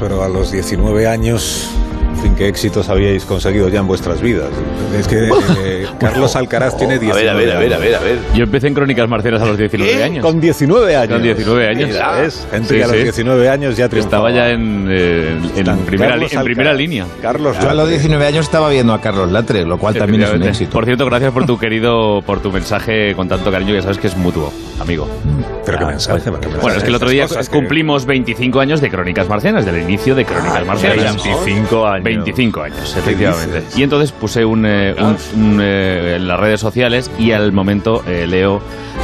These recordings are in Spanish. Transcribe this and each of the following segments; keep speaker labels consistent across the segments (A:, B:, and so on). A: pero a los 19 años, en fin, ¿qué éxitos habíais conseguido ya en vuestras vidas? Es que eh, Carlos Alcaraz tiene
B: A
A: 19
B: ver, a ver, a ver, a ver, a ver.
C: Yo empecé en Crónicas Marciales a los 19
B: ¿Qué?
C: años.
A: Con 19 años.
C: Con 19 años.
A: Mira, ¿ves? Gente
C: Sí,
A: que a los
C: sí.
A: 19 años ya triunfaba.
C: Estaba ya en, eh, en
A: Tan
C: primera, li-
A: Carlos
C: en
A: Alcaraz.
C: primera línea.
A: Carlos
D: Yo a los
A: Latre.
D: 19 años estaba viendo a Carlos Latre, lo cual también es un
C: Efectivamente.
D: éxito.
C: Por cierto, gracias por tu querido, por tu mensaje con tanto cariño que sabes que es mutuo, amigo.
A: Pero qué mensaje, pero qué mensaje.
C: Ah, Bueno, es que el otro día
A: Estas cosas que-
C: cumplimos 25 años de Crónicas Marcianas, del inicio de Crónicas Marcianas.
E: 25 años.
C: 25 años, efectivamente.
A: dices? Oh
C: Y entonces puse un, eh, un- un, eh, en las redes sociales y al momento eh, Leo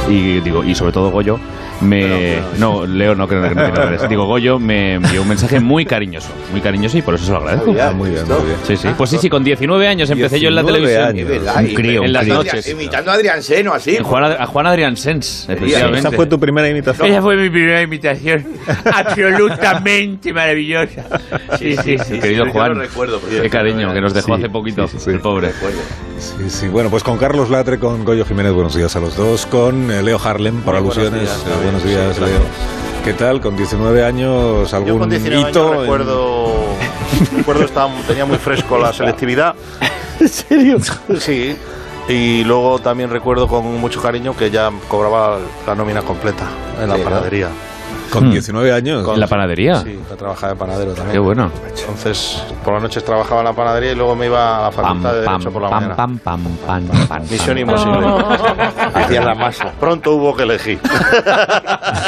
C: y digo y sobre todo Goyo me no Leo no creo que no tiene redes. Digo Goyo me envió un mensaje muy cariñoso, muy cariñoso y por eso se lo agradezco.
A: Ah, muy bien, muy bien.
C: Sí, sí. Pues sí, sí, con 19 años empecé yo en la
A: 19
C: televisión.
A: años.
B: Es verdad,
D: Un crío,
B: y-
C: un
B: las
C: crío.
B: noches. Imitando a Adrián Seno, así.
C: En Juan, a Juan Adrián Sens, efectivamente.
A: Esa fue tu primera imitación.
F: Esa fue mi primera invitación. Absolutamente maravillosa. Sí, sí, sí.
C: El querido
B: yo
C: Juan.
B: lo recuerdo, pero yo
C: Qué
B: no
C: cariño,
B: era-
C: que nos dejó
A: Sí,
C: hace poquito,
A: sí, sí, sí.
C: el pobre.
A: Sí, sí. Bueno, pues con Carlos Latre, con Goyo Jiménez, buenos días a los dos, con eh, Leo Harlem, por
B: Muy buenos
A: alusiones.
B: días,
A: eh,
B: Javier.
A: Buenos
B: Sí,
A: días,
B: gracias.
A: Leo. ¿Qué tal? Con 19 años, algún
G: Yo con 19 años
A: hito en-
G: recuerdo, recuerdo estaba, tenía muy fresco la selectividad. ¿En serio? Sí. Y luego también recuerdo con mucho cariño que ya cobraba la nómina completa en la
B: Sí, ¿no?
G: panadería.
A: Con 19 años.
G: Con-
C: ¿En la panadería?
G: Sí, yo trabajaba de panadero también.
C: Qué bueno.
G: Entonces, por las noches trabajaba en la panadería y luego me iba a la facultad de Derecho por la mañana.
C: pam, pam, pam, pam, pam.
G: Misión imposible. Hacía la masa. Pronto hubo que elegir.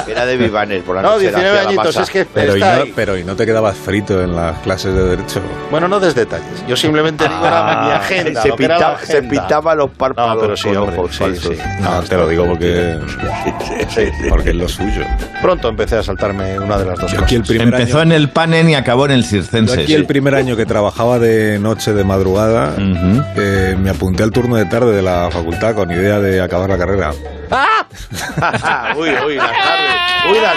B: Era de Vivanes por la
G: No,
B: noche. la
G: 19
B: hacía la
G: añitos,
B: masa.
G: es que
A: Pero y,
G: está
A: no,
G: ahí.
A: pero y no te quedabas frito en las clases de derecho.
G: Bueno, no des detalles. Yo simplemente digo era mi agenda.
B: Ah. se,
G: lo que era la
B: pintaba, se
G: agenda.
B: pintaba los párpados
G: No, pero sí,
B: con
G: hombre,
B: ojos
G: sí,
B: falsos.
G: sí.
A: No, te lo digo porque,
G: Sí, sí.
A: porque es lo suyo.
G: Pronto empecé a saltarme una de las dos
A: Yo
G: cosas.
A: aquí el primer
D: Empezó en
A: año,
D: el Panen y acabó en el
A: yo
D: Circense.
A: aquí el primer año que trabajaba de noche, de madrugada,
C: Ujú.
A: eh, me apunté al turno de tarde de la facultad con idea de acabar la carrera.
G: Ah, uy, uy, las tardes. Uy, las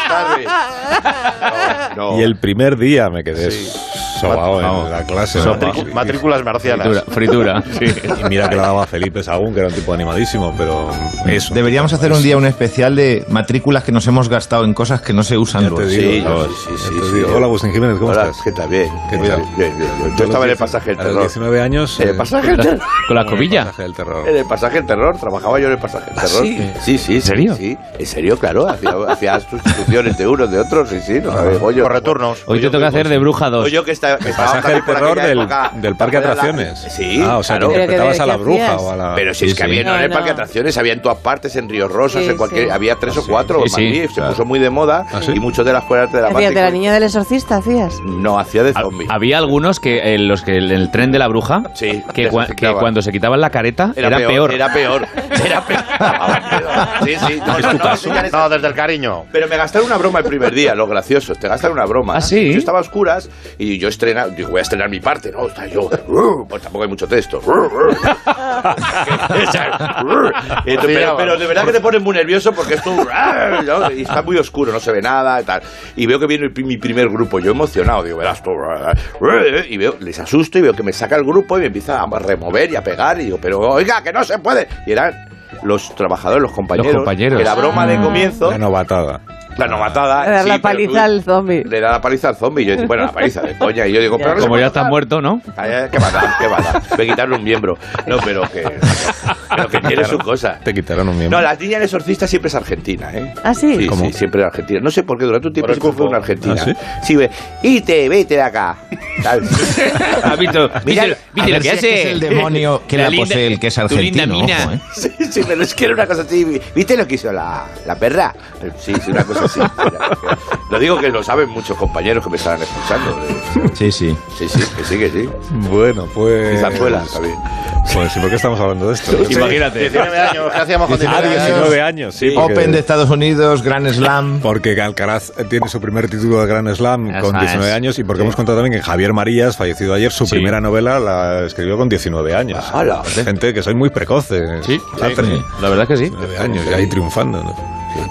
G: tardes.
A: Y el primer día me quedé
G: Sí.
A: sobao
C: Vamos.
A: en la clase.
G: Matricu-
A: Y-
G: matrículas
C: Fritura,
G: marcianas.
C: fritura, sí.
A: Y mira que la daba Felipe Sagún, que era un tipo animadísimo, pero eso.
D: Deberíamos hacer un día un especial de matrículas que nos hemos gastado en cosas que no se usan.
A: Ya te
D: luego.
A: digo,
B: Sí,
A: Carlos,
B: sí, sí,
A: ya
B: sí,
A: te
B: sí.
A: digo. Hola, Agustín Jiménez, ¿cómo
B: Hola,
A: estás?
B: ¿qué tal? Bien.
A: ¿Qué
B: Bien,
A: tal?
B: bien, bien, bien.
A: A
B: Yo
A: los
B: estaba en
A: 19
B: el pasaje del
A: a los
B: terror.
A: 19 años.
B: ¿En
A: eh,
B: el pasaje del terror?
C: Con la
A: en el
C: cobilla.
A: pasaje del terror.
B: En el pasaje del terror, trabajaba yo en el pasaje del terror.
A: sí?
B: ¿Ah, sí, sí. ¿En
C: serio?
B: Sí, en serio, claro. Hacía, hacía sustituciones de unos, de otros, sí, sí. No, sabes, Goyo.
G: Por retornos.
C: Hoy te toca hacer de bruja 2.
B: Goyo que está, que estaba
A: Pasaje del
B: también por
A: terror
B: aquella
A: del,
B: época,
A: del parque de
B: ¿te acuerdas?
A: atracciones.
B: Sí,
A: Ah, o sea,
B: claro.
A: que
H: Pero que
A: interpretabas a la
H: ¿qué
A: bruja
H: hacías?
A: o a la.
B: Pero si es
C: Ah, Sí,
B: que había
H: sí.
B: no, en el
H: No,
B: parque de
H: no.
B: atracciones, había en todas partes, en Ríos Rosas,
H: Sí,
B: en cualquier,
H: sí.
B: había tres o cuatro,
C: Ah, Sí,
B: en Madrid,
C: sí,
B: se puso muy de moda
A: ¿Ah, sí?
B: y muchos de las escuelas de
H: Hacías de la
B: dramáticas
H: niña del exorcista, hacías.
B: no hacía de
C: Ha-
B: zombie.
C: Había algunos que eh, los que en el tren de la bruja
B: Sí,
C: que,
B: les
C: cua-
B: afectaba.
C: que cuando se quitaban la careta era, peor.
B: Era peor. Era peor. Daba miedo. Sí, sí. No, no, no, señales-
G: No, desde el cariño.
B: Pero me gastaron una broma el primer día, los graciosos. Te gastan una broma.
C: ¿Ah, sí?
B: Yo estaba a oscuras y yo estrenaba, digo, voy a estrenar mi parte, ¿no? Está yo, "Uh", pues tampoco hay mucho texto. "Uh, uh". Eh, pero, pero de verdad que te pones muy nervioso porque esto ¿no? y está muy oscuro, no se ve nada y tal. Y veo que viene el pri- mi primer grupo, yo emocionado, digo, verás tú. Y veo, les asusto y veo que me saca el grupo y me empieza a remover y a pegar. Y digo, pero oiga, que no se puede. Y eran los trabajadores, los compañeros.
C: compañeros.
B: Que la broma de comienzo,
A: La novatada.
B: la
H: Dar
B: novatada. sí,
H: Ah. la
B: pero-
H: paliza al zombie.
B: Le da la paliza al zombie. Y yo digo, bueno, la paliza de coña. Y yo digo, pero no se
C: Como
B: puede
C: ya está
B: matar.
C: muerto, ¿no?
B: Ay, ay, Qué mala, qué mala. Voy a quitarle un miembro. No, pero que, pero que tiene su cosa.
A: Te quitaron un miembro.
B: No, la niña del exorcista siempre es argentina, ¿eh?
H: ¿Ah, sí?
B: Sí,
A: ¿Cómo?
B: sí, siempre es argentina. No sé por qué durante un tiempo
G: Por el
B: siempre fue
G: cupo.
B: una argentina.
A: ¿Ah, sí?
B: ve, ite, vete de acá. Tal.
C: Ha visto,
B: Mira,
C: viste-
D: a
C: viste
D: ver
C: lo que
D: si es
C: hace.
D: que es el demonio que la
C: linda-
D: posee, el que es
C: tu
D: argentino,
C: linda mina.
D: ojo, eh.
B: Sí, sí, pero es que era una cosa así. ¿Viste lo que hizo la, la perra? Sí, sí, una cosa así. Era- Lo digo que lo saben muchos compañeros que me estaban escuchando.
D: Sí, sí.
B: Sí, sí, que sí, que sí.
A: Bueno,
C: Eh,
A: pues.
B: Zarzuela, también.
A: Pues, ¿y por qué estamos hablando de esto?
C: Imagínate.
G: 19 años, ¿qué hacíamos con 19 años?
A: 19 años, sí. porque-
D: Open de Estados Unidos, Grand Slam.
A: Porque Alcaraz tiene su primer título de Grand Slam
C: Eso
A: con 19
C: es.
A: años y porque hemos contado también que Javier Marías, fallecido ayer, su
C: Sí.
A: primera novela la escribió con 19 años.
B: ¡Hala!
A: Gente que soy muy precoces.
C: Sí,
A: Latre,
D: sí.
C: La verdad es que sí.
A: 19 años, y ahí triunfando. ¿no?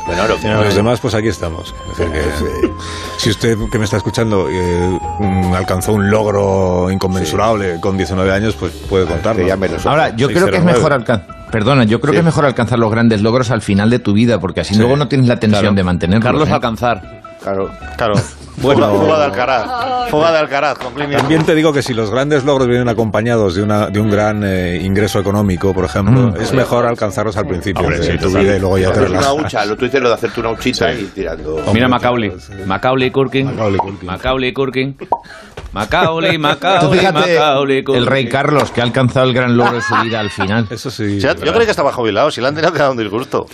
B: Bueno, lo
A: Y los demás, pues aquí estamos. Es decir, que, si usted que me está escuchando eh, mm, alcanzó un logro inconmensurable con 19 años, pues puede contarlo.
B: que ya me lo-
D: Ahora, yo creo que es
A: 609.
D: mejor alcanzar. Perdona, yo creo que es mejor alcanzar los grandes logros al final de tu vida, porque así luego no tienes la tensión
C: Claro.
D: de mantenerlos.
C: Carlos
D: ¿eh?
C: Alcanzar.
B: Claro.
G: Claro. Fuga, fuga de
A: Bueno,
G: Alcaraz. Fuga de Alcaraz con Clint Eastwood.
A: también te digo que si los grandes logros vienen acompañados de, una, de un gran eh, ingreso económico, por ejemplo, es mejor alcanzarlos al principio
C: Hombre,
A: de
C: sí,
A: tu
C: total.
A: vida y luego ya te
B: Hacer una
A: relajas.
B: hucha, lo tuviste lo de hacerte una huchita y tirando.
C: Mira Macaulay. Macaulay Culkin.
A: Macaulay Culkin.
C: Macaulay Culkin. Macaulay,
D: Tú
C: Macaulay,
D: fíjate,
C: Macaulay Culkin.
D: el rey Carlos, que ha alcanzado el gran logro de su vida al final.
A: Eso sí.
G: O sea, yo
A: ¿verdad?
G: creo que estaba jubilado, si le han tenido que dar un disgusto.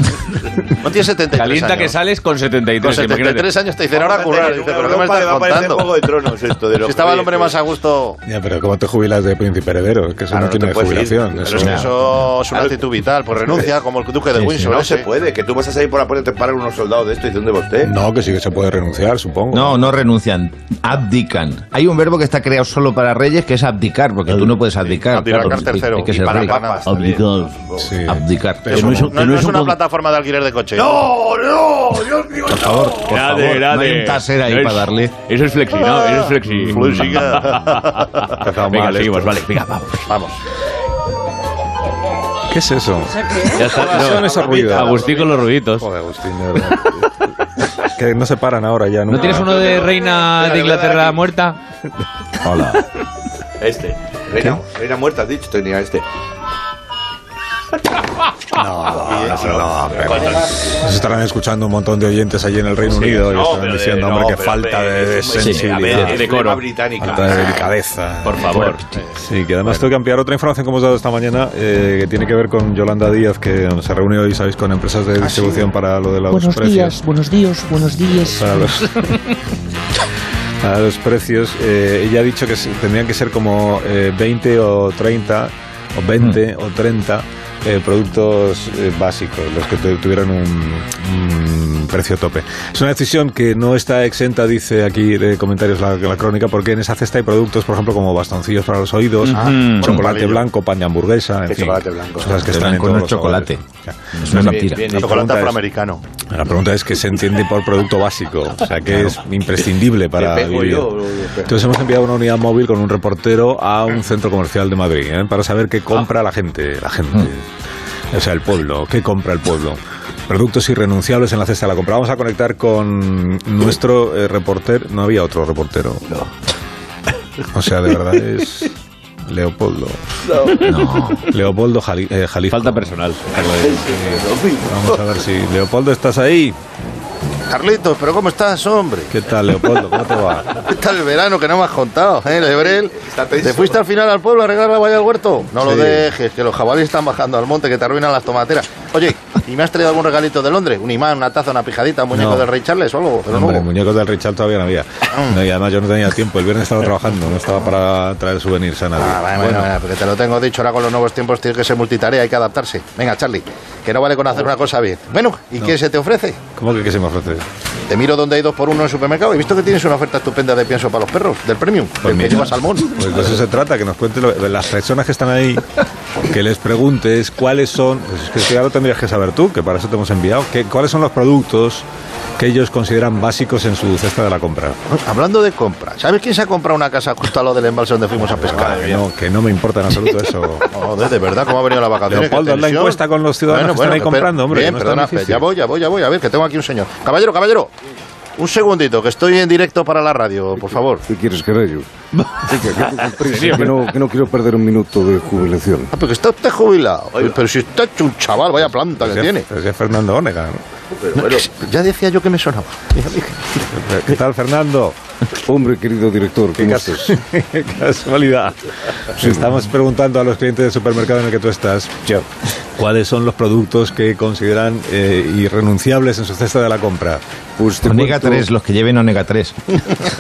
G: No tiene 73
C: Calienta
G: años.
C: que sales con 73.
G: Con
C: imagínate.
G: 73 años te dicen, ahora a currar. Dice, pero ¿qué me estás
B: Juego
G: contando?
B: de tronos esto de lo
G: Si
B: que
G: estaba el
B: oye,
G: hombre
B: pues,
G: más a gusto...
A: Ya, pero ¿cómo te jubilas de príncipe heredero? Que eso
B: Claro,
A: no
B: no
A: tiene
B: te puedes ir.
A: jubilación.
B: Pero
G: Pero
A: eso-
G: es que eso es una
B: Claro.
G: actitud vital, pues renuncia, como el duque de
D: Sí, sí.
G: Windsor.
B: No
G: ese.
B: se puede, que tú vas a salir por la puerta y te paran unos soldados de esto y dicen, ¿dónde va usted?
A: No, que sí que se puede renunciar, supongo.
D: No, no renuncian, abdican. Hay un verbo que está creado solo para reyes que es abdicar, porque tú no puedes abdicar.
G: Abdicar tercero,
D: hay que
G: y
D: ser
G: para
D: rey.
G: papas
B: también.
D: Abdicar.
A: Sí.
D: Abdicar.
G: Eso no, no- no es una plataforma de alquiler de coche.
B: ¡No, no! ¡Dios mío,
D: Por favor, por favor,
C: Grande,
D: no hay
C: grande.
D: un taser ahí
C: No es-
D: para darle.
C: Eso es flexi, ¿no? Eso es flexi. pues Venga,
G: Venga,
C: seguimos, vale. Venga, vamos.
G: Vamos.
A: ¿Qué es eso?
C: Ya está.
A: ¿Qué son
C: no.
A: esos ruidos?
C: Agustín con los ruiditos.
A: Joder, Agustín, de verdad. que no se paran ahora ya.
C: ¿No tienes uno de reina de Inglaterra muerta?
A: Hola.
B: Este. Reina, reina muerta, has dicho, tenía este.
A: Nos estarán escuchando un montón de oyentes allí en el Reino Unido y
B: No,
A: estarán
B: pero de-
A: diciendo, hombre,
B: no,
A: que
B: pero
A: falta
B: de-
A: de, de
B: es un-
A: sensibilidad.
B: A ver, es
C: De
B: decoro.
C: coro.
B: británica.
A: Falta de delicadeza.
C: Por favor.
A: Sí, que además tengo que ampliar otra información que hemos dado esta mañana eh, que tiene que ver con Yolanda Díaz, que se reunió hoy, ¿sabéis?, con empresas de distribución para lo de los
E: Ah, Buenos
A: precios.
E: días, buenos días, buenos días.
A: para los, para los precios. Eh, ella ha dicho que se- tendrían que ser como eh, 20 o 30, o 20
D: Mm.
A: o 30 eh, productos eh, básicos, los que tu- tuvieran un, un precio tope. Es una decisión que no está exenta, dice aquí de comentarios la, la crónica, porque en esa cesta hay productos, por ejemplo, como bastoncillos para los oídos, chocolate
G: Bocadillo.
A: blanco, pan de hamburguesa, en
B: Qué
A: fin,
B: chocolate blanco.
A: cosas
D: Chocolate
A: que están en
D: blanco
A: todos
D: no es
A: los
D: chocolate.
A: hogares.
D: Es una
B: Bien,
D: mentira.
B: bien,
A: La
G: Chocolate
A: pregunta es-
G: afroamericano.
A: La pregunta es que se entiende por producto básico, o sea que es imprescindible para
B: Te pego
A: vivir.
B: yo, yo, yo, yo.
A: Entonces hemos enviado una unidad móvil con un reportero a un centro comercial de Madrid ¿eh? para saber qué compra la gente, la gente, o sea el pueblo, qué compra el pueblo. Productos irrenunciables en la cesta de la compra. Vamos a conectar con nuestro eh, reportero. No había otro reportero. No. O sea, de verdad es Leopoldo.
D: No.
A: Leopoldo Jali- eh, Jalisco.
C: Falta personal.
A: Vamos a ver si. Leopoldo, ¿estás ahí?
G: Carlitos, pero ¿cómo estás, hombre?
A: ¿Qué tal, Leopoldo? ¿Cómo te va?
G: ¿Qué tal el verano que no me has contado, eh, Lebrel?
B: Está tenso.
G: ¿Te fuiste al final al pueblo a arreglar la valla del huerto? No lo
A: Sí.
G: dejes, que los jabalíes están bajando al monte, que te arruinan las tomateras. Oye, ¿y me has traído algún regalito de Londres? ¿Un imán, una taza, una pijadita, un muñeco
A: No.
G: del Rey Charles o algo? Pero no
A: Hombre,
G: hubo.
A: muñecos del Richard todavía no había. No, y además yo no tenía tiempo. El viernes estaba trabajando, no estaba para traer souvenirs a nadie.
G: Ah, bueno, bueno, bueno, porque te lo tengo dicho, ahora con los nuevos tiempos tienes que ser multitarea, hay que adaptarse. Venga, Charlie, que no vale con hacer una cosa bien. Bueno, ¿y qué se te ofrece?
A: ¿Cómo que qué se me ofrece?
G: Te miro donde hay dos por uno en el supermercado. He visto que tienes una oferta estupenda de pienso para los perros, del premium, del que
A: Pues mira.
G: lleva salmón.
A: Pues de eso se trata, que nos cuente lo- las personas que están ahí, que les preguntes cuáles son, pues es que eso ya lo tendrías que saber tú, que para eso te hemos enviado, que, cuáles son los productos que ellos consideran básicos en su cesta de la compra.
G: Hablando de compra, ¿sabes quién se ha comprado una casa justo a lo del embalse donde fuimos a pescar?
A: Que no, que no me importa en absoluto eso.
G: Joder, de verdad, ¿cómo ha venido la vacación?
A: Leopoldo, haz la encuesta con los ciudadanos que están ahí comprando, hombre,
G: Bien,
A: que no es tan
G: perdona,
A: difícil.
G: ya voy, ya voy, ya voy. A ver, que tengo aquí un señor. Caballero, caballero, un segundito, que estoy en directo para la radio, por favor.
I: ¿Qué quieres que haga yo? Venga, que tengo prisa, que no, que no quiero perder un minuto de jubilación.
G: Ah, pero que está usted jubilado. Pero si está hecho un chaval, vaya planta que
A: Pero si
G: tiene.
A: es- pero si es Fernando Onega. ¿no?
G: No, Ya decía yo que me sonaba.
A: Eh, ¿Qué tal, Fernando?
I: Hombre, querido director,
A: Qué
I: ¿cómo
A: casu-
I: estás?
A: qué casualidad. Estamos preguntando a los clientes del supermercado en el que tú estás cuáles son los productos que consideran eh, irrenunciables en su cesta de la compra.
I: Pues te
D: Onega
I: cuento,
D: 3, los que lleven Onega 3.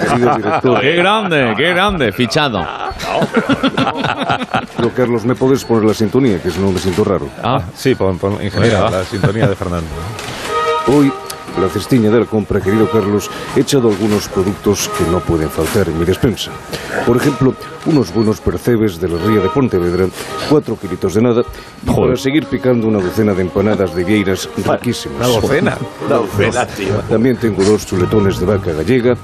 I: querido director.
C: ¡Qué grande! ¡Qué grande! Fichado.
I: Pero, Carlos, ¿me puedes poner la sintonía? Que si no me siento raro.
C: Ah,
A: Sí, pon, pon, ingeniero,
C: Venga, va.
A: la sintonía de Fernando.
I: Hoy, la cestiña de la compra, querido Carlos, he echado algunos productos que no pueden faltar en mi despensa. Por ejemplo, unos buenos percebes de la ría de Pontevedra, cuatro kilitos de nada, y para seguir picando una docena de empanadas de vieiras riquísimas.
A: Una docena.
I: También tengo dos chuletones de vaca gallega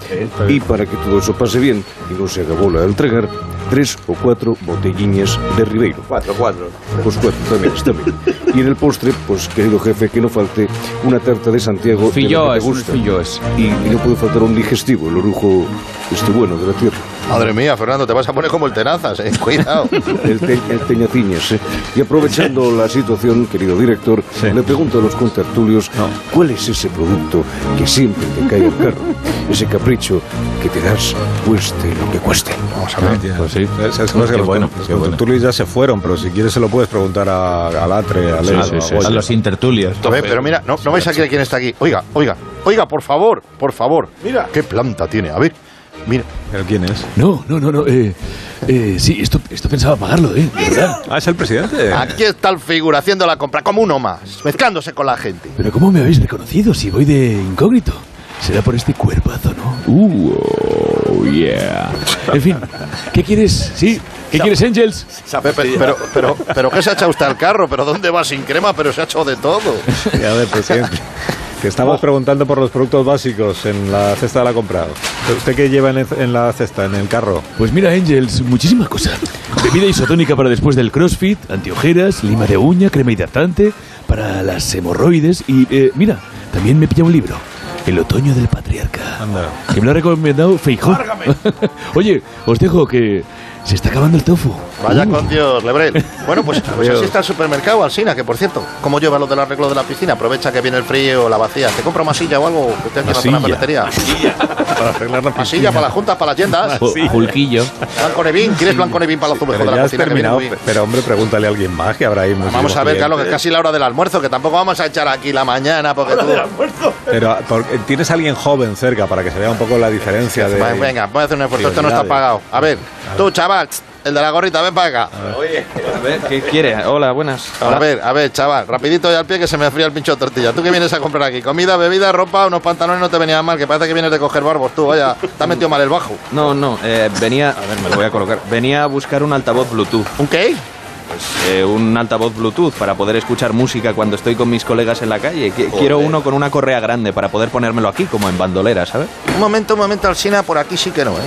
I: y para que todo eso pase bien y no se haga bola al tragar, tres o cuatro botelliñas de Ribeiro.
B: Cuatro, cuatro.
I: Pues cuatro, también, también. Y en el postre, pues querido jefe, que no falte una tarta de Santiago de la que
C: Filloes,
I: te gusta.
C: filloes.
I: Y, y no puede faltar un digestivo, el orujo este bueno de la tierra.
G: Madre mía, Fernando, te vas a poner como el tenazas, eh. Cuidado.
I: El, te, el teñaciñas, ¿eh? Y aprovechando la situación, querido director, le pregunto a los contertulios, ¿cuál es ese producto que siempre te cae al perro? Ese capricho que te das, cueste lo que cueste.
A: Vamos a ver.
C: Pues sí.
A: Esas cosas que
C: Qué
A: los,
C: bueno,
A: bueno,
C: qué bueno.
A: ya se fueron, pero si quieres se lo puedes preguntar a, a Latre, a Leo,
C: sí,
A: a
C: sí,
A: Goya.
D: A los intertulios.
G: Entonces, pero mira, no, no vais a creer quién está aquí. Oiga, oiga, oiga, por favor, por favor. Mira. ¿Qué planta tiene? A ver, mira.
A: ¿Pero quién es?
J: No, no, no, no. Eh, eh, sí, esto, esto pensaba pagarlo, ¿eh? De verdad.
A: Ah, es el presidente.
G: Aquí está el figura haciendo la compra como uno más, mezclándose con la gente.
J: Pero ¿cómo me habéis reconocido si voy de incógnito? Será por este cuerpazo, ¿no? Uh, oh, yeah. En fin, ¿qué quieres? ¿Sí? ¿Qué quieres, Angels?
G: Pe- pe- Pero, pero, pero, ¿qué se ha echado usted al carro? ¿Pero dónde va sin crema? Pero se ha echado de todo.
A: Ya ves, presidente. Que estamos preguntando por los productos básicos en la cesta de la compra. ¿Usted qué lleva en, el- en la cesta, en el carro?
J: Pues mira, Angels, muchísimas cosas. Bebida isotónica para después del crossfit, antiojeras, lima de uña, crema hidratante, para las hemorroides y, eh, mira, también me pilla un libro. El otoño del patriarca.
A: Anda.
J: Que me lo ha recomendado Feijó. Oye, os dejo que se está acabando el tofu.
G: Vaya
J: Uh.
G: con Dios, Lebrel. Bueno, pues, pues así está el supermercado, Alsina, que por cierto, como lleva lo del arreglo de la piscina? Aprovecha que viene el frío, la vacía. ¿Te compra masilla o algo? Que te han llevado a la paletería.
A: Para arreglar la
G: Masilla para las juntas, para las tiendas.
C: Ju- Julquillo.
G: Blanco Nevín, ¿quieres blanco Nevín para los azulejos de
A: Pero
G: la
A: ya has
G: cocina? que viene
A: terminado.
G: muy bien?
A: Pero hombre, pregúntale a alguien más que habrá ahí muchísimos
G: Vamos a ver, Carlos, que es
A: clientes.
G: casi la hora del almuerzo, que tampoco vamos a echar aquí la mañana, porque tú...
A: Pero por- tienes a alguien joven cerca para que se vea un poco la diferencia de...
G: Va, Pues Venga, voy a hacer un esfuerzo, esto no está pagado. A ver, tú, chaval, el de la gorrita, ven para acá.
K: A ver, ¿qué quiere? Hola, buenas.
G: A ver, a ver, chaval, rapidito y al pie que se me fría el pincho de tortilla. ¿Tú qué vienes a comprar aquí? Comida, bebida, ropa, unos pantalones no te venían mal, que parece que vienes de coger barbos tú, vaya. Te has metido mal el bajo.
K: No, no, eh, venía. A ver, me lo voy a colocar. Venía a buscar un altavoz Bluetooth.
G: ¿Un qué?
K: Eh, un altavoz Bluetooth para poder escuchar música cuando estoy con mis colegas en la calle. Qui- Quiero uno con una correa grande para poder ponérmelo aquí, como en bandolera, ¿sabes?
G: Un momento, un momento, Alsina, por aquí sí que no, ¿eh?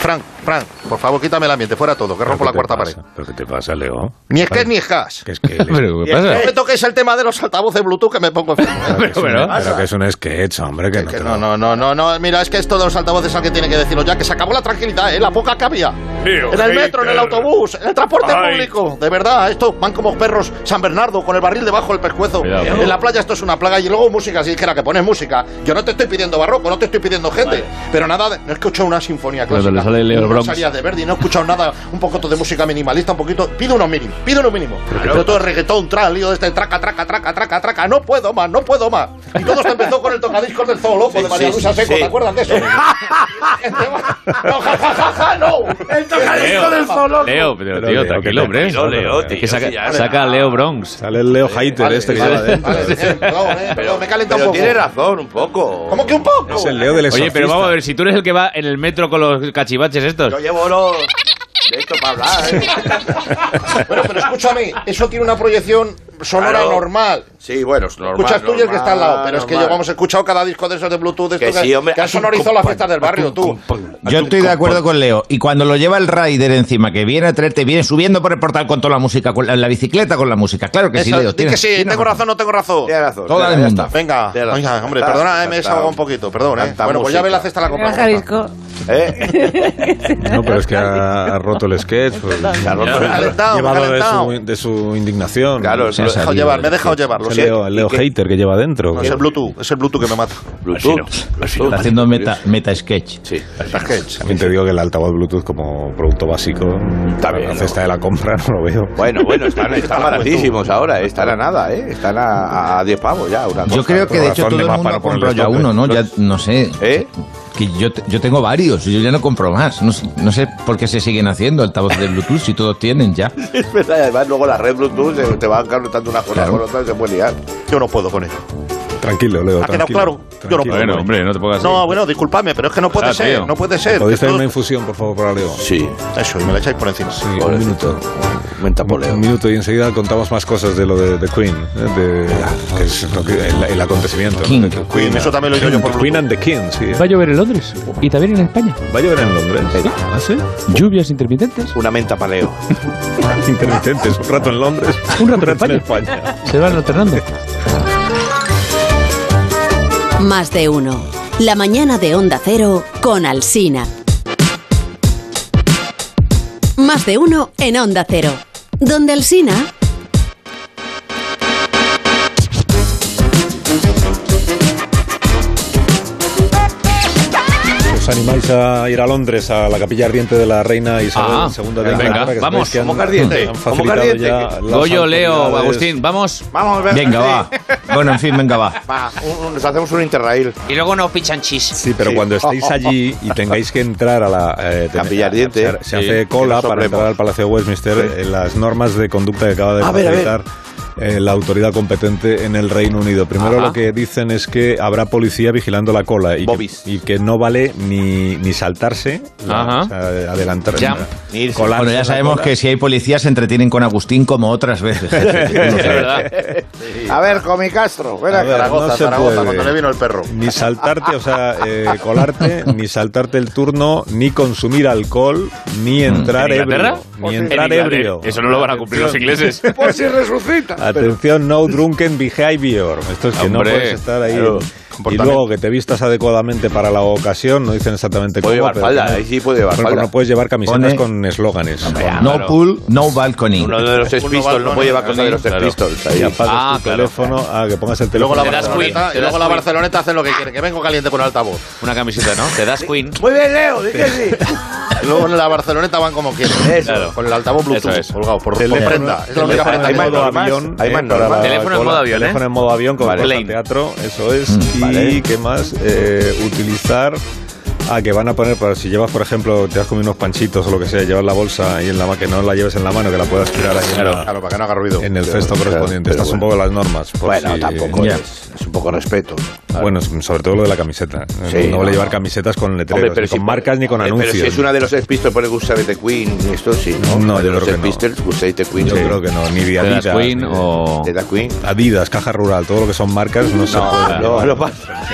G: Frank, Frank, por favor, quítame el ambiente, fuera todo, que rompo la cuarta pared.
A: ¿Pero qué te pasa, Leo?
G: Ni es que ni es gas.
A: Que es que...
C: Pero, ¿qué pasa?
G: No me toques el tema de los altavoces Bluetooth que me pongo enfermo, ¿eh?
A: Pero, pero que es un sketch, hombre, que no
G: Que
A: te
G: no, no,
A: lo-
G: no, no, no, mira, es que esto de los altavoces alguien tiene que decirlo ya, que se acabó la tranquilidad, ¿eh? La poca que había. En el metro, en el autobús, en el transporte público. De verdad, esto van como perros San Bernardo con el barril debajo del pescuezo.
C: Cuidado,
G: en
C: cuidado.
G: la playa esto es una plaga y luego música, si dijera que pones música. Yo no te estoy pidiendo barroco, no te estoy pidiendo gente, pero nada, de- no he escuchado una sinfonía
C: Cuando
G: clásica.
C: le sale Leo
G: unas
C: Bronx.
G: arias de Verdi, no he escuchado nada, un poquito de música minimalista, un poquito, pido unos mínimos, pido unos mínimos. Pero todo es reggaetón, tra, lío de este traca, traca, traca, traca, traca, no puedo más, no puedo más. Y todo esto empezó con el tocadiscos del zoo loco de María
B: sí,
G: Luisa
B: sí,
G: Seco,
B: sí.
G: ¿te acuerdas de eso? no, ja, ja, ja, ja, no. El tocadiscos del zoo loco.
C: Leo, pero
A: Pero
C: tío,
A: Leo,
C: tranquilo,
A: que-
C: hombre.
A: Leo, Leo,
C: Es que
B: tío, sí,
C: saca,
B: ya.
C: saca a Leo Bronx.
A: Sale el Leo Hater este que lleva
G: vale,
A: dentro.
G: vale, eh, perdón, eh, perdón, me he calentado
B: Pero
G: un poco.
B: tiene razón, un poco.
G: ¿Cómo que un poco?
A: Es el Leo del
C: Oye, pero
A: exorcista.
C: vamos a ver, si tú eres el que va en el metro con los cachivaches estos.
B: Yo llevo oro de esto para hablar, ¿eh?
G: Bueno, pero escúchame, eso tiene una proyección sonora
B: Claro.
G: normal.
B: Sí, bueno, es normal.
G: Escuchas tú y el que está al lado, pero es que yo,
B: normal.
G: vamos, he escuchado cada disco de esos de Bluetooth, de
B: Que
G: estos
B: sí, hombre.
G: que han sonorizado las fiestas del barrio, tú.
D: Yo estoy de acuerdo con Leo. Y cuando lo lleva el rider encima, que viene a traerte, viene subiendo por el portal con toda la música, con la, en la bicicleta con la música. Claro que sí,
G: Eso,
D: Leo.
G: di que
D: tienes-
G: sí,
D: tienes
G: tengo razón, no tengo razón.
B: Tienes razón.
D: Todo
B: ya,
D: el
B: ya
D: mundo.
B: está.
G: Venga,
B: Tienes razón.
G: oiga, hombre,
B: Está,
G: perdona, eh,
B: está,
G: me he
B: está.
G: desahogado un poquito, perdón, eh.
B: Tanta
G: Bueno, pues ya ve la
B: música.
G: cesta la
H: Mira,
G: compra.
H: Jalisco.
B: ¿Eh?
A: No, pero es que ha, ha roto el sketch. Pues,
G: Me he calentado, me he
A: llevado de
G: calentado.
A: su, de su indignación.
B: Claro,
A: es
G: Me he dejado llevar, me he dejado llevar, lo
A: el
G: siento.
A: Leo, el Leo Hater que lleva dentro.
G: No, es el Bluetooth, es el Bluetooth que me mata.
B: Bluetooth.
D: Está haciendo meta, meta sketch.
B: Sí.
A: También te digo que el altavoz Bluetooth como producto básico, para
B: bien,
A: la
B: ¿no?
A: cesta de la compra, no lo veo.
B: Bueno, bueno, están, están baratísimos ahora, eh, están a nada, ¿eh? Están a, a 10 pavos ya. Una
D: Yo
B: cosa.
D: creo que de hecho
A: razón
D: todo
A: le
D: el
A: va
D: mundo
A: para
D: ha
A: ponerle
D: comprado ya
A: estos
D: uno, ¿no? Ya no sé.
B: ¿Eh?
D: Que yo, te- yo tengo varios, yo ya no compro más. No, sé- no sé por qué se siguen haciendo altavoz de Bluetooth si todos tienen ya.
B: Es verdad, y además luego la red Bluetooth se- te va eh, calentando una cosa
D: Claro.
B: con otra y se puede liar.
G: Yo no puedo con ello.
A: Tranquilo, Leo.
G: ¿Ha quedado
A: tranquilo.
G: claro? Yo no puedo.
C: Bueno, hombre, no te pongas
G: No,
C: así.
G: bueno, disculpadme, pero es que no puede
C: Ah,
G: ser,
C: tío.
G: no puede ser.
A: ¿Podéis traer
G: Esto-
A: una infusión, por favor, para Leo?
B: Sí.
G: Eso, y me la echáis por encima.
A: Sí, un minuto. Un minuto y enseguida contamos más cosas de lo de, de Queen, ¿eh? de, que es lo que- el, el acontecimiento. ¿no? Que- que
G: Queen, eso también lo digo yo por
A: Queen and the King, sí. ¿eh?
L: Va a llover en Londres y también en España.
A: Va a llover en Londres.
L: ¿Eh?
A: ¿Ah, sí?
L: Lluvias intermitentes.
B: Una menta paleo.
A: Intermitentes, un rato en Londres,
L: un rato en España. Se van alternando.
M: Más de uno. La mañana de Onda Cero con Alsina. Más de uno en Onda Cero. Donde Alsina.
A: ¿Os animáis a ir a Londres, a la capilla ardiente de la reina Isabel
C: Ah,
A: II? de Inglaterra,
C: venga,
A: que sabéis
C: vamos,
A: que han-
C: como ardiente,
A: han
C: como
A: facilitado
C: ardiente.
A: ya las
C: Goyo, Leo,
A: autoridades.
C: Agustín, vamos.
B: Vamos,
D: Venga, va. Bueno, en fin, venga, va.
B: Va, un- un- nos hacemos un interrail.
N: Y luego nos pichan chis.
A: Sí, pero cuando estéis allí y tengáis que entrar a la eh, ten-
B: Capilla ardiente,
A: se- se,
B: sí,
A: hace
B: que
A: cola
B: nos
A: para
B: soplemos.
A: entrar al Palacio de Westminster. eh, las normas de conducta que acaba de
B: A ver, a ver.
A: facilitar eh, la autoridad competente en el Reino Unido. Primero
B: Ajá.
A: lo que dicen es que habrá policía vigilando la cola y, que, y que no vale ni, ni saltarse,
D: Ajá.
A: o sea, adelantarse.
D: Jump.
A: ni colarse
D: Bueno,
A: en
D: ya
A: la
D: sabemos
A: cola.
D: que si hay policías se entretienen con Agustín como otras veces.
B: A ver, Comi Castro, ven
A: A
B: acá.
A: ver,
B: Zaragoza,
A: no se
B: Zaragoza,
A: puede.
B: cuando le vino el perro.
A: Ni saltarte, o sea, eh, colarte, ni saltarte el turno, ni consumir alcohol, ni
B: Mm.
A: entrar
C: ¿En Inglaterra?
A: ebrio. Ni entrar
C: En Inglaterra.
A: ebrio.
C: Eso no lo van a cumplir los ingleses.
B: Por si resucita.
A: Atención, no drunken behavior. Esto es que
C: Hombre,
A: no puedes estar ahí.
C: claro,
A: Y
C: comportamiento.
A: luego que te vistas adecuadamente para la ocasión, no dicen exactamente
B: Puede
A: cómo.
B: llevar
A: pero
B: falda,
A: no-
B: ahí sí puede llevar
A: Bueno, pero
B: falda.
A: no puedes llevar camisetas
B: Pone-
A: con eslóganes.
D: No pool, no balcony.
B: Uno de los Sex Pistols, no puede llevar cosa de los Sex Pistols. Ahí.
A: Y apagas
B: Ah,
A: tu
B: claro.
A: teléfono, ah, que pongas el
G: Y luego
A: teléfono.
G: la Barceloneta, y luego la Barceloneta hacen lo que quieren, que vengo caliente con altavoz.
K: Una camiseta, ¿no? Te das Queen.
B: Muy bien, Leo, di que sí.
G: Y luego en la Barceloneta van como quieren. Eso. Con el altavoz Bluetooth colgado por, por
A: Teléfono-
G: prenda. Es la única
A: teléfono
G: prenda.
A: en modo avión, eh, para la
K: Teléfono en
A: cola.
K: modo avión, ¿eh?
A: Teléfono en modo avión, como
K: Vale.
A: pasa
K: Plane.
A: en teatro, eso es.
B: Mm.
A: y qué más, Eh, utilizar... Ah, que van a poner, para si llevas, por ejemplo, te has comido unos panchitos o lo que sea, llevas la bolsa y en la ma- que no la lleves en la mano, que la puedas tirar ahí en
B: Claro,
A: la-
B: claro, para que no haga ruido.
A: En el cesto
B: Claro,
A: correspondiente.
B: pero
A: Estas son un
B: bueno.
A: poco las normas. por
B: Bueno,
A: si-
B: tampoco
A: Ya.
B: es, es un poco respeto.
A: Bueno, sobre todo lo de la camiseta.
B: Sí,
A: no
B: no,
A: vale
B: no.
A: llevar camisetas con letreros,
B: Hombre, pero
A: ni con
B: si-
A: marcas ni con
B: Eh,
A: anuncios.
B: Pero si es una de los Sex Pistols, pone Gustave the Queen y esto sí.
A: No, yo
B: de los
A: creo que
B: Sex
A: no.
B: Pistols, Gustave the Queen.
A: Yo
B: sí.
A: creo que no, ni de
B: Te das
A: Adidas.
B: Queen
A: ni de-
B: o- Te das Queen.
A: Adidas, Caja Rural, todo lo que son marcas no, se
B: No,
A: puede.
B: no,
A: llevar.
B: no pasa.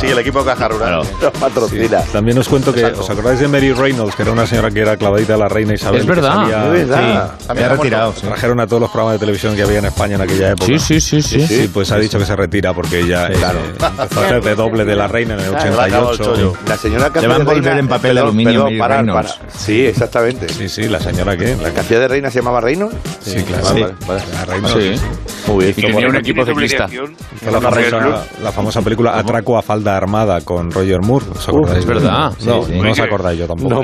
B: Sí, el equipo Caja Rural. Los patrocina.
A: También os cuento que, ¿os acordáis de Mary Reynolds, que era una señora que era clavadita a la reina Isabel?
C: Es
A: que
C: verdad.
A: salía-
C: Es verdad.
A: Sí,
C: También
A: se
C: ha retirado,
A: muerto. Trajeron a todos los programas de televisión que había en España en aquella época.
C: Sí, sí, sí, sí.
A: Sí, pues ha dicho que se retira porque ella eh, empezó a hacer de doble de la reina en el
B: Claro, la acabó el
A: 88.
B: chollo. La señora que
A: Se
B: hacía
A: va a
B: de
A: envolver
B: reina-
A: en papel de
B: perdón,
A: aluminio
B: perdón,
A: Mary
B: parar,
A: Reynolds.
B: parar. Sí, exactamente.
A: Sí, sí, la señora que. La
B: que hacía de reina se llamaba Reynolds.
A: Sí, claro.
B: Ah,
A: Sí.
B: vale, vale.
A: La Reynolds. Sí.
B: Muy bien.
A: Y tenía un equipo
C: ciclista.
A: Hizo La famosa, la famosa película Atraco a falda armada con Roger Moore. ¿Os acordáis?
C: es verdad.
A: No,
C: Sí, sí.
A: no os acordáis yo tampoco.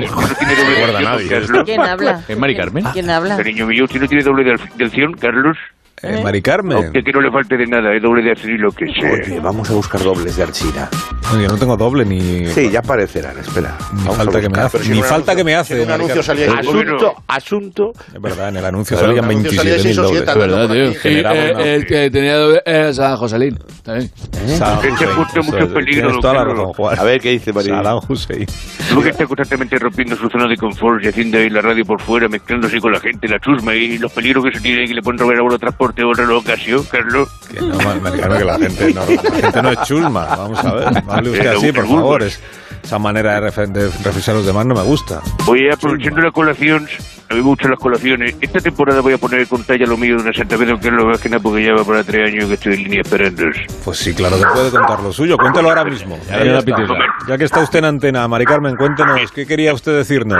H: ¿Quién habla?
C: ¿Es Eh, Mari Carmen?
H: ¿Quién habla?
O: Cariño mío, ¿usted no tiene doble de al- del 100, Carlos?
A: Eh, Mari Carmen.
O: Aunque que no le falte de nada, es doble de así lo que sea.
B: Vamos a buscar dobles de Archina.
A: Yo no tengo doble ni.
B: Sí, ya aparecerán, espera.
A: Ni
B: Vamos a
A: falta que me
B: buscar,
A: hace.
B: pero si
A: Ni
B: en un
A: falta
B: anuncio-
A: que me hace.
B: si en un
A: Mari
B: anuncio
A: Carmen.
B: salía- Asunto, asunto.
A: Es verdad, en el anuncio
B: Claro,
A: salían
B: en el anuncio salía
A: 27.000
B: seis o
A: dobles.
B: siete, andando por aquí.
A: Generaba
B: Eh,
A: una-
B: eh,
L: El que tenía doble era San Joselín. También.
A: Saddam Hussein. Eso es, tienes toda la razón, Juan.
B: A ver qué dice María.
A: Saddam Hussein.
O: Tú que está constantemente rompiendo su zona de confort y haciendo ahí la radio por fuera, mezclándose con la gente, la chusma y los peligros que se tiene que le pueden robar a uno transporte o reloj ocasión, Carlos.
A: Que no, Mar- Mari Carmen, que la gente no, la gente no es chulma. Vamos a ver. No hable usted
O: Pero
A: así, por
O: Google.
A: favor. Es- esa manera de, refer- de referirse a los demás no me gusta.
O: Oye, aprovechando la colación, a mí me gustan las colaciones. Esta temporada voy a poner con talla lo mío de una Santa Fe, aunque es lo más que nada porque ya va para tres años que estoy en línea esperando.
A: Pues sí, claro que puede contar lo suyo. Cuéntelo ahora mismo.
O: Ya viene la pitilla.
A: Ya que está usted en antena, Mari Carmen, cuéntenos. ¿Qué quería usted decirnos?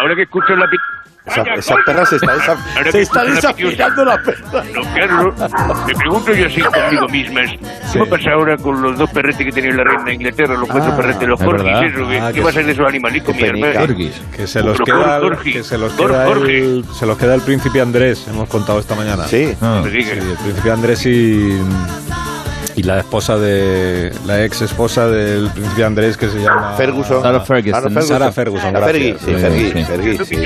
O: Ahora que escucho la pit... eh, ah,
A: Esa-
O: Vaya,
A: esa
O: coño.
A: perra se está desa-
O: Ahora
A: se
O: que
A: está
O: escucho la pitiusa.
A: desafinando la
O: No, Carlos, me pregunto yo así conmigo mismas. ¿Qué va a pasar ahora con los dos perretes que tenía la reina de Inglaterra, los cuatro perretes, los
A: Ah, es verdad.
O: corgis, eso? ¿Qué,
A: Ah,
O: qué
A: que
O: va a ser de esos animalicos, mi hermano?
A: Que se los
O: Pero
A: queda,
O: Jorge, Jorge,
A: que se los
O: Jorge,
A: queda
O: Jorge.
A: el, se los queda el príncipe Andrés, hemos contado esta mañana.
B: Sí.
A: Ah,
O: Me
A: sí,
O: digas.
A: el príncipe Andrés y Y la esposa de. La ex esposa del príncipe Andrés que se llama.
B: Ferguson.
A: Sarah Ferguson. Sarah Ferguson,
B: Ferguson,
A: gracias.
B: Fergie, sí, Fergie, Fergie,
A: sí.
B: sí.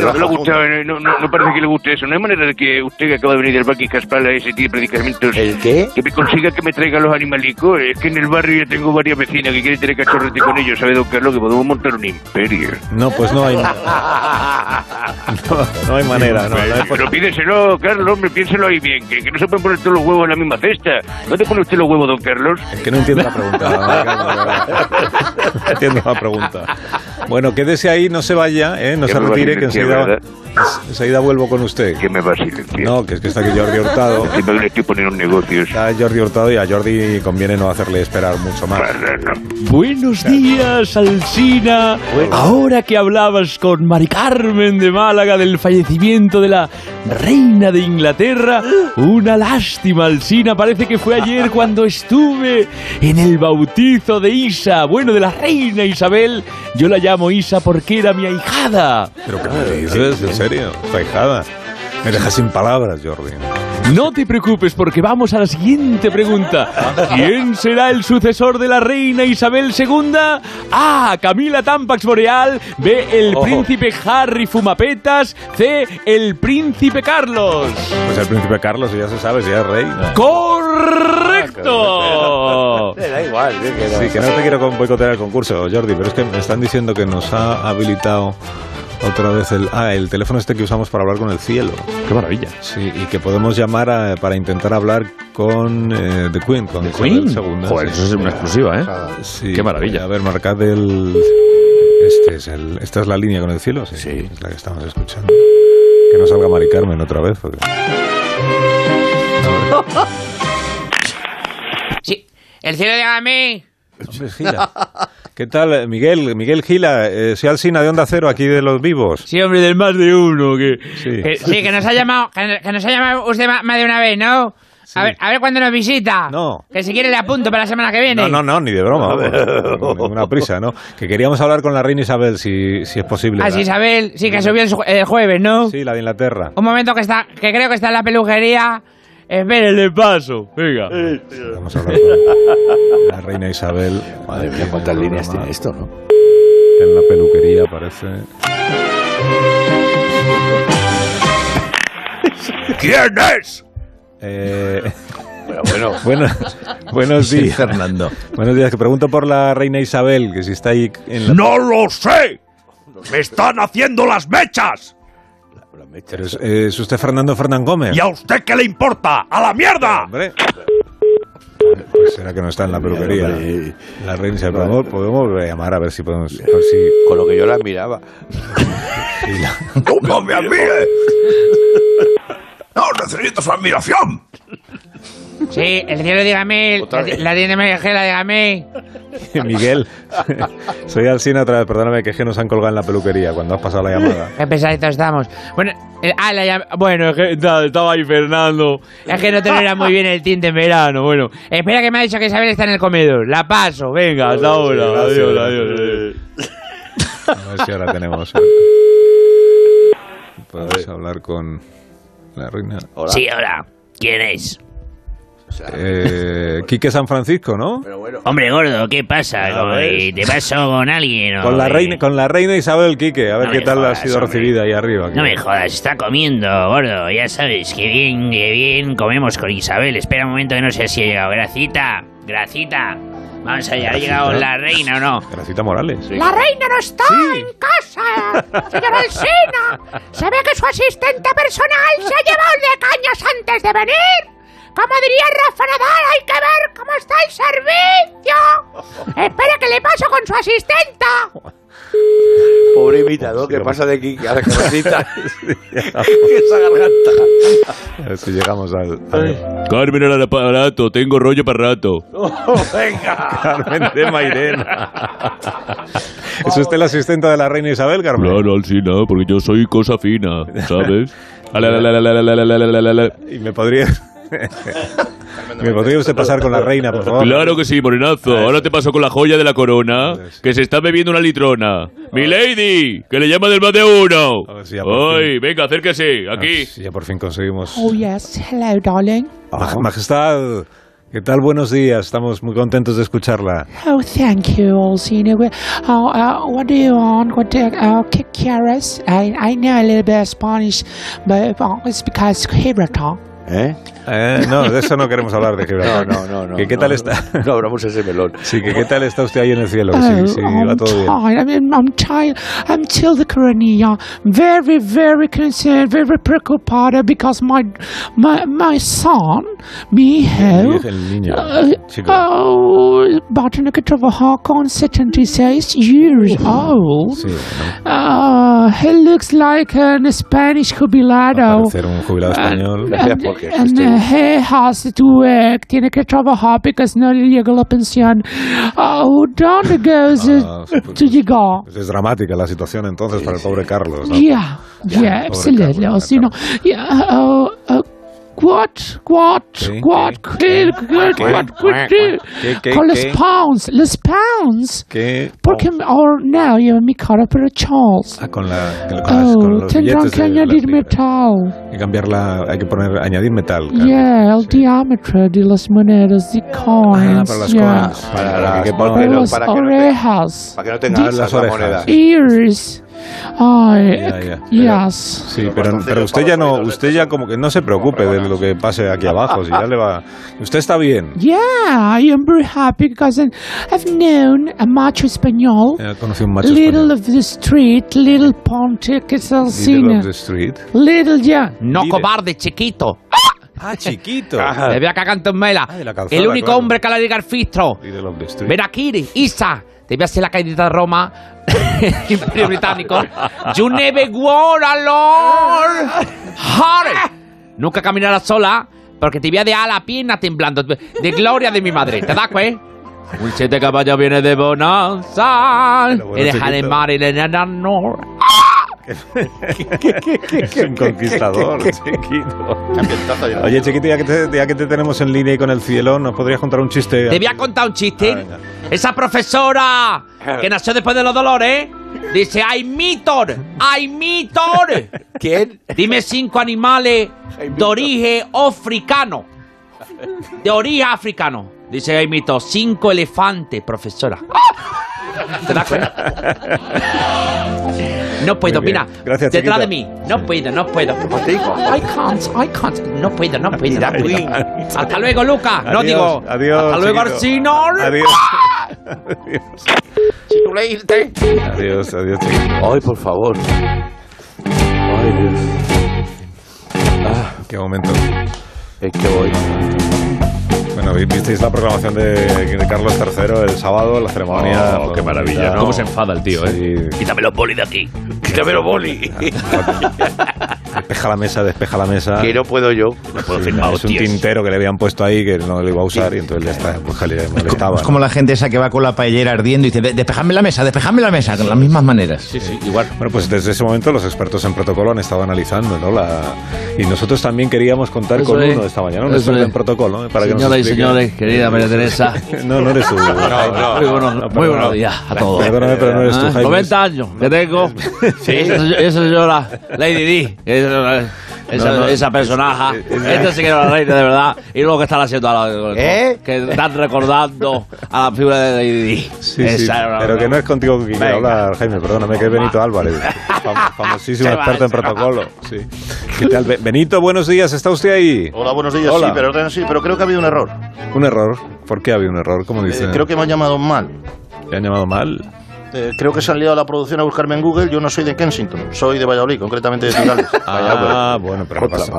O: La no, le gusta, eh, no, no, no parece que le guste eso. No hay manera de que usted que acaba de venir del parque y Caspala ese tipo de predicamentos.
B: ¿El qué?
O: Que me consiga que me traiga los animalicos. Es que en el barrio ya tengo varias vecinas que quieren tener cachorrete con ellos. ¿Sabe, don Carlos? Que podemos montar un imperio.
A: No, pues no hay. No, no hay manera, no. no hay
O: Ah, Pero pídeselo, Carlos, hombre, piénselo ahí bien. Que, que no se pueden poner todos los huevos en la misma cesta. ¿Dónde pone usted los huevos, don Carlos?
A: que no entiendo la pregunta. No entiendo la pregunta. Bueno, quédese ahí, no se vaya, ¿eh? no
O: Que
A: se
O: me
A: retire, que
O: vacilen,
A: enseguida,
O: ¿verdad?
A: enseguida vuelvo con usted.
O: Que me va a
A: No, que es que está aquí Jordi Hurtado.
O: Encima que le estoy poniendo un negocio.
A: Está Jordi Hurtado y a Jordi conviene no hacerle esperar mucho más.
J: Buenos días, Alsina. Ahora que hablabas con Mari Carmen de Málaga del fallecimiento de la reina de Inglaterra, una lástima, Alsina. Parece que fue ayer cuando estuve en el bautizo de Isa, bueno, de la reina Isabel. Yo la llamo Isa porque era mi ahijada.
A: ¿Pero qué me dices? ¿En serio? Fajada. Me dejas sin palabras, Jordi.
J: No te preocupes porque vamos a la siguiente pregunta. ¿Quién será el sucesor de la reina Isabel II? A. Camila Tampax Boreal. B. El príncipe Harry Fumapetas. C. El príncipe Carlos.
A: Pues el príncipe Carlos ya se sabe, si ya es rey.
J: ¡Correcto!
B: Da igual,
A: Sí, que no te quiero con- boicotear el concurso, Jordi, pero es que me están diciendo que nos ha habilitado otra vez el, ah, el teléfono este que usamos para hablar con el cielo.
J: ¡Qué maravilla!
A: Sí, y que podemos llamar a- para intentar hablar con eh, The Queen, con ¿The
J: Queen?
A: Segunda,
J: Joder, eso es una exclusiva, ¿eh?
A: Ah, Sí.
J: Qué maravilla.
A: A ver, marcad el... Este es el... Esta es la línea con el cielo, sí. Es la que estamos escuchando. Que no salga Mari Carmen otra vez. porque-
F: Sí. El cielo de a mí.
A: Hombre, Gila. ¿Qué tal, eh, Miguel? Miguel Gila, eh, soy Alsina de Onda Cero, aquí de Los Vivos.
J: Sí, hombre, del más de uno. Que...
A: Sí.
F: Que- sí, que nos ha llamado, que, no- que nos ha llamado usted ma- más de una vez, ¿no? A ver, a ver cuándo nos visita.
A: No.
F: Que si quiere le apunto para la semana que viene.
A: No, no, no, ni de broma. vamos, Ninguna prisa, ¿no? Que queríamos hablar con la reina Isabel, si, si es posible.
F: Ah, sí, Isabel, sí, que subió el, ju- el jueves, ¿no?
A: Sí, la de Inglaterra.
F: Un momento que está, que creo que está en la peluquería. Espere, le paso. Venga.
A: Eh, Vamos a hablar con la reina Isabel. Madre mía, cuántas líneas tiene esto, ¿no? En la peluquería parece.
O: ¿Quién es?
A: Eh,
B: Bueno, bueno.
A: bueno, buenos
D: Sí,
A: días.
D: Fernando.
A: Buenos días, que pregunto por la reina Isabel, que si está ahí en la...
N: ¡No lo sé! ¡Me están haciendo las mechas!
A: Pero es, eh, es usted Fernando Fernán Gómez.
N: ¿Y a usted qué le importa? ¡A la mierda!
A: Pues será que no está en la peluquería. La reina Isabel. Podemos, podemos volver a llamar a ver si podemos... a ver si-
B: Con lo que yo la miraba.
N: ¡No me admires! ¡No necesito su admiración!
F: Sí, el cielo de Gamel, la, la tiene María Ángela de Gamel.
A: Miguel, soy Alcina otra vez. Perdóname que es que nos han colgado en la peluquería cuando has pasado la llamada.
F: Qué pesaditos estamos. Bueno, el- ah, la llam- bueno, es que,
J: Estaba ahí Fernando.
F: es que no tolera muy bien el tinte en verano. Bueno, espera que me ha dicho que Isabel está en el comedor. La paso, venga, hasta ahora.
J: Gracias,
F: Adiós,
J: gracias.
F: adiós.
A: A ver si ahora tenemos. suerte. Podemos hablar con la reina.
F: Sí, hola. ¿Quién es?
A: Eh, Quique San Francisco, ¿no?
P: Hombre gordo, ¿qué pasa?
A: Ya ves.
P: ¿Te paso con alguien? o
A: Con la
P: qué?
A: reina, con la reina Isabel Quique, a ver
P: No
A: qué
P: me
A: tal
P: jodas,
A: ha sido
P: hombre.
A: recibida ahí arriba.
P: No me jodas, está comiendo, gordo. Ya sabes que bien, que bien comemos con Isabel. Espera un momento que no sé si ha llegado. Gracita, gracita. Vamos allá, ¿ha
A: Gracita.
P: llegado la reina o no?
A: Gracita Morales.
Q: La reina no está en casa, señor Alsina. Se ve que su asistente personal se ha llevado de cañas antes de venir. Como diría Rafa Nadal, hay que ver cómo está el servicio. Espera que le paso con su asistenta.
B: Pobre imitador, ¿qué pasa de aquí? A la cabecita. Esa garganta.
A: A ver si llegamos al. al-
J: Carmen era para rato, tengo rollo para rato.
N: ¡Venga!
A: Carmen de Mairena. ¿Es usted la asistenta de la reina Isabel, Carmen?
J: No, no, sí, no, porque yo soy cosa fina, ¿sabes? Ala, la, la, la, la, la, la, la, la, la, la.
A: Y me podría. ¿Me podría usted pasar con la reina, por favor?
J: Claro que sí, morenazo. Ahora te paso con la joya de la corona, que se está bebiendo una litrona. ¡Mi lady! ¡Que le llama del más de uno!
A: ya por
J: ¡Ay, venga, acérquese!
A: A ver
J: ¡Aquí!
A: si ya por fin conseguimos.
E: Oh, yes. Hello, darling.
A: Maj- Majestad, ¿Qué tal? Buenos días. Estamos muy contentos de escucharla.
E: Oh, thank you, Olsina. Oh, uh, what do you want? What do you, uh, que quieres? I, I know a little bit of Spanish, but uh, it's because Hebrew talk.
A: ¿Eh? no, de eso no queremos hablar de Gibraltar.
B: No, no, no,
A: ¿Que ¿Qué
B: no,
A: tal
B: no.
A: está?
B: No abramos ese melón.
A: Sí, que ¿qué tal está usted ahí en el cielo? Sí, sí,
E: Oh, I'm
A: va todo bien.
E: tired. I mean, I'm tired until the corona. Very, very concerned, very preoccupied because my my my son, Mijo,
A: Es el niño,
E: Uh,
A: chico.
E: oh, about to trabajar con 76 years old.
A: Sí,
E: Uh, he looks like an Spanish jubilado.
A: ser un
E: oh,
A: jubilado español.
E: And, and,
B: este.
E: uh, he has to work. Tiene que trabajar because no le llega la pensión. Oh, ¿dónde goes
A: Ah, sí,
E: to llegar?
A: Pues Es dramática la situación entonces para el pobre Carlos. ¿no?
E: oh, Yeah, yeah, absolutely. Oh, you know, yeah, oh, oh, what, what, what, qué, qué,
A: qué,
E: what,
A: qué,
E: qué,
A: qué, qué,
E: con los
A: qué.
E: pounds, los pounds.
A: ¿Qué?
E: Porque ahora now yo me cara para Charles.
A: Ah, con la, con las- con
E: Oh,
A: los
E: tendrán
A: billetes
E: que
A: de la-
E: añadirme tal.
A: Hay que cambiarla, hay que poner, añadir metal. claro.
E: Yeah, el diámetro de las monedas de coins.
A: Ah, para las
E: yeah.
A: coins. Para las
B: que-
E: Para
B: porque no-
E: las
B: para que no te-
E: orejas.
B: para que no tengas
A: las
B: la
A: orejas.
B: moneda.
E: Ears. Ay,
A: Ya, ya.
E: yes.
A: Sí, pero, pero usted ya no, usted ya como que no se preocupe de lo que pase aquí abajo, si ya le va. Usted está bien.
E: Yeah, I am very happy because I- I've known a macho español.
A: Eh, conocí un macho
E: little of the street, little ponte que es el
A: Middle
E: cine.
A: of the street.
E: Little, yeah.
F: No cobarde, chiquito.
A: Ah, chiquito.
F: Te voy a cagar en tu mela.
A: la calzada,
F: El único
A: claro.
F: hombre que la diga al fistro.
A: Middle of the street.
F: Ven aquí, Isa. Te voy a hacer la caída de Roma. Imperio británico. You never walk alone. Harry. Nunca caminarás sola porque te voy a dejar la pierna temblando. De gloria de mi madre. ¿Te das cuenta? eh? Un siete caballo viene de Bonanza.
A: bueno,
F: Eres
A: chiquito.
F: el mar y le no.
A: Es un conquistador, chiquito. Oye, chiquito, ya que, te, ya que te tenemos en línea y con el cielo, ¿nos podrías contar un chiste?
F: Te voy a contar un
A: Ah,
F: chiste. Esa profesora que nació después de los dolores dice: ¡Ay, Mitor! ¡Ay, Mitor! ¿Quién? Dime cinco animales de origen africano. De origen africano. Dice: ¡Ay, Mitor! Cinco elefantes, profesora.
A: Ah.
F: ¿Te das cuenta? No puedo,
A: Muy bien.
F: mira.
A: Gracias,
F: detrás de mí.
A: chiquita.
F: No puedo, no puedo. I can't, I can't. No puedo, no puedo. no puedo. Hasta luego, Luca. No
A: Adiós,
F: digo.
A: adiós,
F: Hasta luego,
A: chiquito.
F: Arsino.
A: Adiós.
B: Si tú le irte.
A: Adiós, adiós, chiquito.
B: Ay, por favor. Ay, Dios. Ah,
A: Qué momento.
B: es que voy.
A: Bueno, vi- visteis la programación de, de Carlos III el sábado, la ceremonia.
B: Oh, qué maravilla, ¿no?
C: Cómo se enfada el tío,
A: eh.
B: Quítame los boli de aquí. Quítame los boli.
A: Despeja la mesa, despeja la mesa.
B: que no puedo yo. No puedo
A: Sí,
B: firmar.
A: es un
B: hostias.
A: tintero que le habían puesto ahí que no lo iba a usar y entonces ya está, pues que le molestaba.
D: Es como la gente esa que va con la paellera ardiendo y dice, "De- despejadme la mesa, despejadme la mesa, con las mismas maneras.
A: Sí, sí, igual. Bueno, pues desde ese momento los expertos en protocolo han estado analizando, ¿no? La... Y nosotros también queríamos contar
L: Eso
A: con
L: es.
A: uno esta mañana, un
L: Eso
A: experto
L: es.
A: en protocolo, ¿eh? para que nos
L: Señoras y
A: explique.
L: señores, querida María Teresa.
A: no, no eres tú.
L: no. Muy buenos- muy
A: perdona.
L: buenos días a todos.
A: Perdóname, pero no eres tú,
L: Ah,
A: Jaime.
L: 90 años que tengo. Esa, esa señora, Lady D. Esa, esa,
A: No, no.
L: esa personaje. Esta sí que era la reina, de verdad. Y luego que están haciendo ahora.
D: ¿Eh?
L: Que están recordando a la figura de Lady D.
A: Sí, sí, pero que no es contigo que quiero
L: Venga.
A: hablar, Jaime, perdóname, que es Benito Álvarez, fam- famosísimo
L: Se va,
A: experto en
L: se va.
A: protocolo. Sí. ¿Qué tal? Be- Benito, buenos días, ¿está usted ahí?
G: Hola, buenos días.
A: Hola.
G: Sí, pero, sí, pero creo que ha habido un error.
A: Un error. ¿Por qué había un error? ¿Cómo
G: Eh,
A: dice?
G: creo que me han llamado mal.
A: ¿Te han llamado mal?
G: Eh, creo que se han liado a la producción a buscarme en Google. Yo no soy de Kensington, soy de Valladolid, concretamente de Tirales.
A: Ah, bueno, pero no, pasa,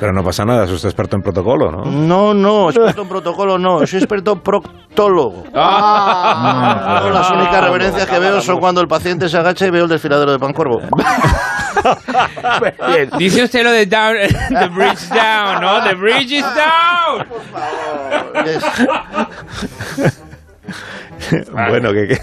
A: pero no pasa nada, es usted experto en protocolo, ¿no?
G: No, no, experto en protocolo no, soy experto en proctólogo.
A: Ah.
H: Ah.
G: No, las únicas reverencias que veo son cuando el paciente se agacha y veo el desfiladero de Pancorvo.
F: Dice usted lo de down, The Bridge Down, ¿no? The Bridge is Down.
A: bueno, que, que-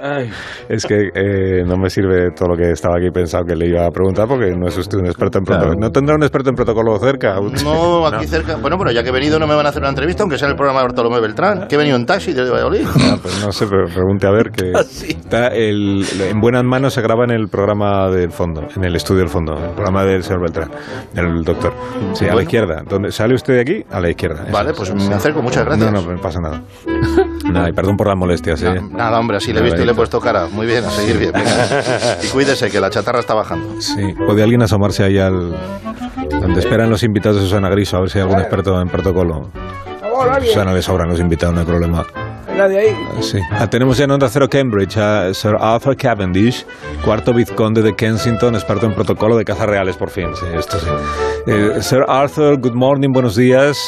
A: Es que eh, no me sirve todo lo que estaba aquí pensado que le iba a preguntar porque no es usted un experto en protocolo. ¿No tendrá un experto en protocolo cerca?
G: No, aquí cerca. Bueno, pero ya que he venido no me van a hacer una entrevista, aunque sea en el programa de Bartolomé Beltrán, que he venido en taxi desde Valladolid.
A: Ah, pues no sé, pero pregunte a ver
G: Ah,
A: que está el, en buenas manos se graba en el programa del fondo, en el estudio del fondo, el programa del señor Beltrán, del doctor. Sí, a la
G: Bueno.
A: izquierda. ¿Dónde sale usted de aquí? A la izquierda. Eso
G: Vale,
A: es.
G: pues me acerco, muchas
A: No,
G: gracias.
A: no, no pasa nada. Nada, y perdón por las molestias. ¿eh?
G: Nada, hombre, así le he
A: Nada,
G: visto y le he
A: Benito.
G: puesto cara. Muy bien, a seguir bien. venga. Y cuídese, que la chatarra está bajando.
A: Sí, puede alguien asomarse ahí al donde esperan los invitados de Susana Griso, a ver si hay algún experto en protocolo. Susana le sobran los invitados, no hay problema.
R: de ahí.
A: Sí. Ah, tenemos en Onda Cero Cambridge a Sir Arthur Cavendish, cuarto vizconde de Kensington, experto en protocolo de cazas reales, por fin. Sí, esto sí. Eh, Sir Arthur, good morning, buenos días.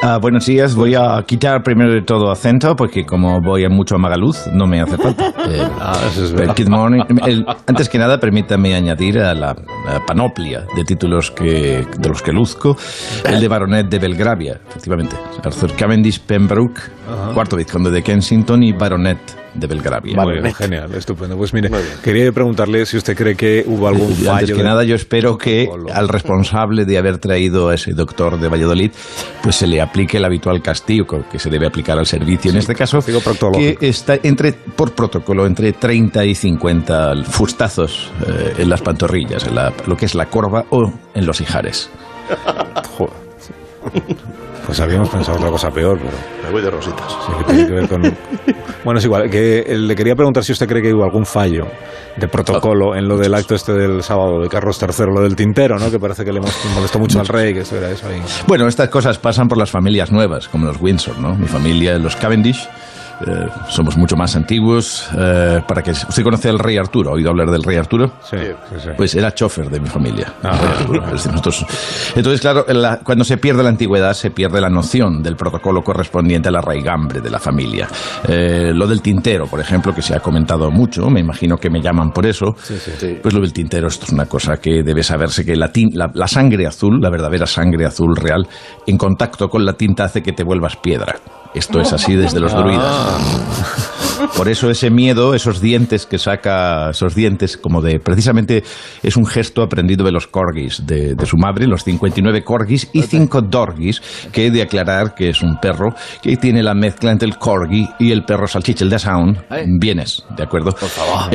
D: Ah, buenos días, voy a quitar primero de todo acento porque como voy a mucho a Magaluz no me hace falta. Eh,
A: Ah,
D: el Good Morning. El- antes que nada, permítame añadir a la, la panoplia de títulos que, de los que luzco el de Baronet de Belgravia, efectivamente. Arthur Cavendish Pembroke,
A: Ajá.
D: cuarto vizconde de Kensington y Baronet de Belgravia.
A: Muy bien, genial, estupendo. Pues mire, quería preguntarle si usted cree que hubo algún
D: Antes
A: fallo.
D: que
A: de-
D: nada, yo espero que al responsable de haber traído a ese doctor de Valladolid, pues se le aplique el habitual castigo que se debe aplicar al servicio. en este caso, que está entre, por protocolo, entre 30 y 50 fustazos eh, en las pantorrillas, en la- lo que es la corva o en los ijares.
A: Pues habíamos pensado otra cosa peor, pero...
G: Me voy de rositas.
A: Sí, que tiene que ver con- Bueno, es igual. Que eh, le quería preguntar si usted cree que hubo algún fallo de protocolo en lo del acto este del sábado de Carlos III, lo del tintero, ¿no? Que parece que le mos- molestó mucho al rey, que estuviera eso ahí.
D: Bueno, estas cosas pasan por las familias nuevas, como los Windsor, ¿no? Mi familia, los Cavendish, eh, somos mucho más antiguos. eh, para que ¿Usted conoce al rey Arturo? ¿Ha oído hablar del rey Arturo?
A: Sí, sí.
D: Pues era chofer de mi familia. el rey Arturo. Es decir, nosotros- Entonces, claro, la- cuando se pierde la antigüedad, se pierde la noción del protocolo correspondiente a la raigambre de la familia. Eh, lo del tintero, por ejemplo, que se ha comentado mucho, me imagino que me llaman por eso. Pues lo del tintero, esto es una cosa que debe saberse que la, tin- la- la sangre azul, la verdadera sangre azul real, en contacto con la tinta hace que te vuelvas piedra. Esto es así desde los
K: Ah.
D: druidas. Por eso ese miedo, esos dientes que saca, esos dientes como de... Precisamente es un gesto aprendido de los corgis, de, de su madre, los 59 corgis y 5 dorgis, que he de aclarar que es un perro que tiene la mezcla entre el corgi y el perro salchicha, el de Sound, vienes, ¿de acuerdo? Por favor.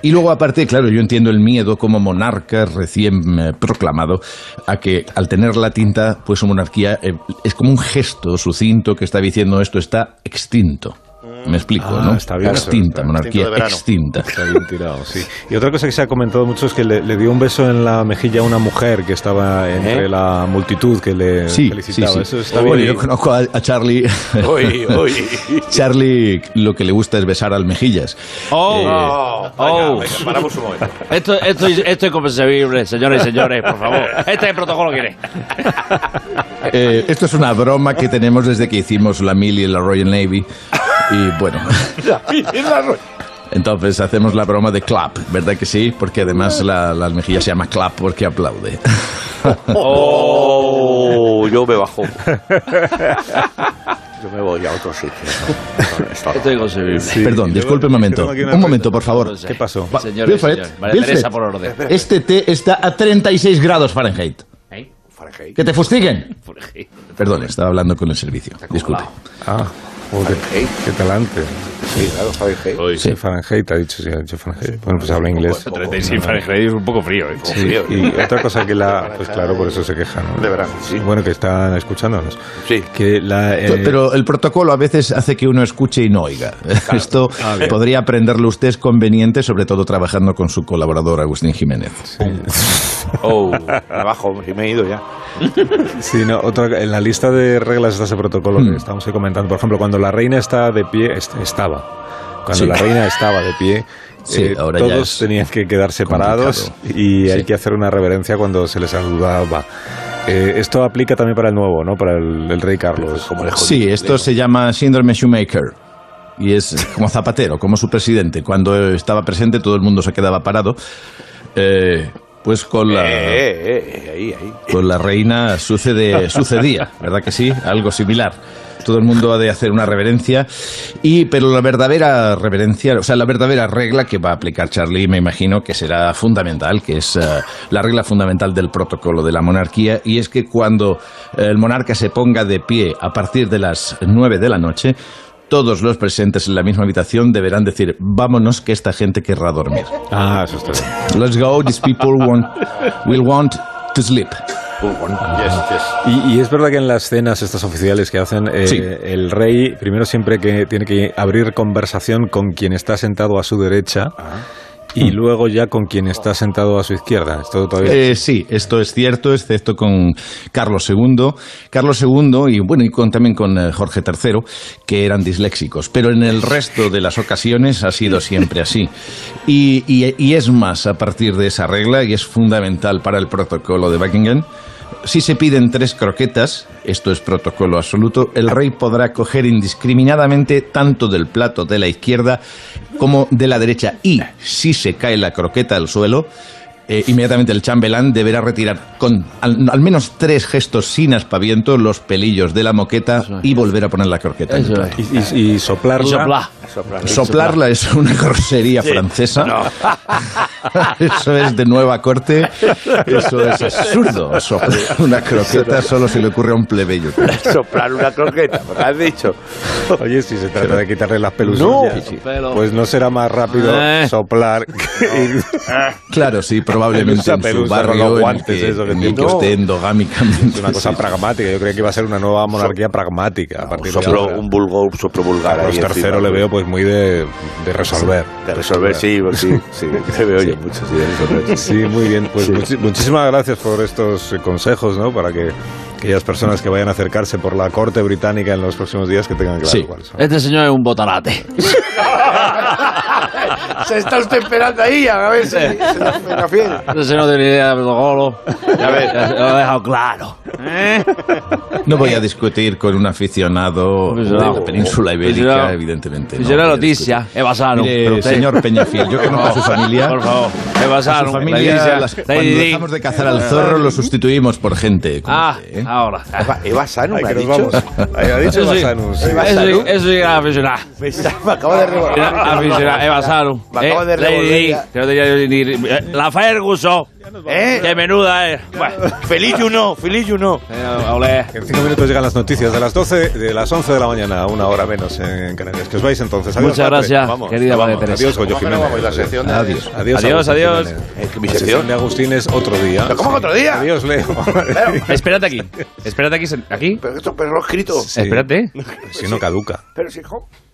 D: y luego aparte, claro, yo entiendo el miedo como monarca recién eh, proclamado a que al tener la tinta, pues su monarquía eh, es como un gesto sucinto que está diciendo esto está extinto. Me explico,
A: Ah,
D: ¿no?
A: está bien.
D: extinta,
A: Está-
D: monarquía
A: extinto de verano. Eh,
D: extinta.
A: Está bien tirado, sí. Y otra cosa que se ha comentado mucho es que le, le dio un beso en la mejilla a una mujer que estaba entre la multitud que le
D: Sí, sí,
A: felicitaba.
D: sí.
A: Eso está
D: bueno,
A: bien. Oh.
D: yo conozco a, a Charlie.
A: Uy, uy.
D: Charlie lo que le gusta es besar al mejillas.
L: ¡Oh! ¡Oh!
G: paramos un momento.
L: Esto, esto, esto es inconcebible, señores y señores, por favor. Este es el protocolo que eres.
D: Eh, esto es una broma que tenemos desde que hicimos la Mili en la Royal Navy. Y bueno, entonces hacemos la broma de clap, ¿verdad que sí? Porque además la, la mejilla se llama clap porque aplaude.
B: Oh, yo me bajo. Yo me voy a otro sitio.
L: Esto es inconcebible.
D: Perdón, disculpe un momento. Un momento, por favor.
L: ¿Qué
A: pasó?
L: Señores,
D: Wilfred,
L: señores. Vale,
D: Wilfred,
L: Teresa, por orden.
D: Este té está a 36 grados Fahrenheit.
L: ¿Eh? Fahrenheit.
D: ¡Que te fustiguen!
B: ¿Eh?
L: Fahrenheit.
D: Perdón, estaba hablando con el servicio. Disculpe.
A: Ah, joder, qué talante.
B: Sí, claro, Fahrenheit.
A: Sí, Fahrenheit, ha dicho, sí, ha dicho Fahrenheit. Bueno, pues habla inglés.
C: 36 Fahrenheit es un poco frío, ¿eh?
A: Sí, y otra cosa que la... Pues claro, por eso se quejan. De verdad, sí. Bueno, que están escuchándonos. Sí. Que la... eh,
D: Pero el protocolo a veces hace que uno escuche y no oiga. Esto
A: Ah, bien.
D: podría aprenderlo usted, es conveniente, sobre todo trabajando con su colaborador Agustín Jiménez.
B: Oh, me bajo, sí me he ido ya.
A: Sí, no, otra, en la lista de reglas de ese protocolo
D: Hmm.
A: que estamos ahí comentando, por ejemplo, cuando la reina está de pie, est- estaba. Cuando
D: Sí.
A: la reina estaba de pie,
D: Sí,
A: eh,
D: ahora ya
A: todos
D: es
A: tenían que quedar separados y hay que hacer una reverencia cuando se les saludaba. Eh, esto aplica también para el nuevo, ¿no? Para el, el rey Carlos.
D: Sí, esto se llama síndrome Shoemaker. Y es como Zapatero, como su presidente. Cuando estaba presente todo el mundo se quedaba parado. Eh, pues con la...
B: Eh, eh, eh, ahí, ahí.
D: Pues Con la reina sucede, sucedía, ¿verdad que sí? Algo similar. todo el mundo ha de hacer una reverencia, y, pero la verdadera reverencia, o sea, la verdadera regla que va a aplicar Charlie, me imagino que será fundamental, que es eh, la regla fundamental del protocolo de la monarquía, y es que cuando el monarca se ponga de pie a partir de las 9 de la noche, todos los presentes en la misma habitación deberán decir, vámonos que esta gente querrá dormir.
A: Ah, eso está bien.
D: Let's go, these people want, will want to sleep.
A: Y, y es verdad que en las cenas estas oficiales que hacen, eh,
D: Sí.
A: el rey primero siempre que tiene que abrir conversación con quien está sentado a su derecha
D: Ah.
A: y luego ya con quien está sentado a su izquierda. Esto todavía
D: Eh, sí, esto es cierto, excepto con Carlos II. Carlos II y bueno, y con, también con eh, Jorge III, que eran disléxicos. Pero en el resto de las ocasiones ha sido siempre así. Y, y- y es más a partir de esa regla, y es fundamental para el protocolo de Buckingham. Si se piden tres croquetas, esto es protocolo absoluto, el rey podrá coger indiscriminadamente tanto del plato de la izquierda como de la derecha. Y si se cae la croqueta al suelo, eh, inmediatamente el chambelán deberá retirar con al, al menos tres gestos sin aspaviento los pelillos de la moqueta y volver a poner la croqueta. en el plato.
A: Y, y- y soplarla.
D: Y soplar.
A: Soplar.
D: Soplarla es una grosería
A: Sí.
D: francesa. Eso es de nueva corte. Eso es absurdo. Soplar una croqueta solo se le ocurre a un plebeyo.
B: Soplar una croqueta, me lo has dicho.
A: Oye, si se trata de quitarle las pelusas,
B: No.
A: ya, pues no será más rápido
D: Eh.
A: soplar que
D: Claro, sí, probablemente
A: Esa
D: en su
A: pelusa
D: barrio
A: con los
D: en
A: guantes,
D: que-
A: eso que
D: en
A: tiene.
D: que esté endogámicamente.
A: Es una cosa
D: Sí.
A: pragmática. Yo creía que iba a ser una nueva monarquía pragmática. A partir de
B: Soplo
A: ahora.
B: un vulgo, un soplo vulgar.
A: Carlos
B: ahí
A: III
B: encima.
A: le veo pues muy de, de resolver.
B: De resolver, sí, pues, sí, sí, se ve oye mucho, sí, de resolver.
A: Sí, muy bien. Pues muchi- muchísimas gracias por estos eh, consejos, ¿no? Para que aquellas personas que vayan a acercarse por la corte británica en los próximos días que tengan claro
L: Sí.
A: cuáles son.
L: Este señor es un botarate.
B: Se está usted esperando ahí, a ver si se la pega fiel.
L: Este señor tiene idea de protocolo. Ya ves, ya se lo he dejado claro. ¿eh?
D: No voy a discutir con un aficionado
L: Pues
D: de la península ibérica,
L: Aficionado.
D: evidentemente. no.
L: Si pues era noticia, es basano.
D: Mire,
L: Pero usted-
D: señor Peñafiel, yo conozco a su familia.
L: Por favor, es
D: A
L: basano.
D: su familia, las- cuando dejamos de ¿eh? cazar al zorro, lo sustituimos por gente.
L: Ah, ahora.
B: Eva Sanu,
D: Ay,
B: me ha
D: que nos
B: dicho.
D: vamos.
B: Ahí ha dicho
L: Eso
B: Eva
L: sí.
B: Sanu. sí.
L: Eso sí- Eso sí que era aficionado.
B: Me está- me acaba de revolver.
L: Era aficionado, Eva Sanu.
B: Me acaba de revolver
L: Lady Di,
B: ya.
L: que no tenía yo ni- ni- eh, La Ferguson. ¿Eh? Eh, Qué menuda es.
B: Feliz Juno, feliz Juno.
A: En cinco minutos llegan las noticias de las 12, de las 11 de la mañana, una hora menos en Canarias. Que os vais entonces. Adiós,
L: Muchas
A: Patri.
L: gracias,
A: Vamos,
L: querida
A: vamos.
L: María Teresa.
A: Adiós, Goyo
L: ¿Cómo que no
A: Jiménez.
L: vamos? La sección de-
D: Ah,
A: Adiós.
L: Adiós,
A: Agustín
L: adiós.
A: Jiménez.
L: Eh, ¿mi
A: La
L: sección?
A: sección de Agustín es otro día.
B: ¿Pero cómo que otro día?
A: Adiós, Leo.
L: Espérate aquí. Espérate aquí. sen- ¿Aquí?
B: Pero esto, pero lo he escrito.
L: Espérate.
A: Si no caduca.
B: Pero si, jo-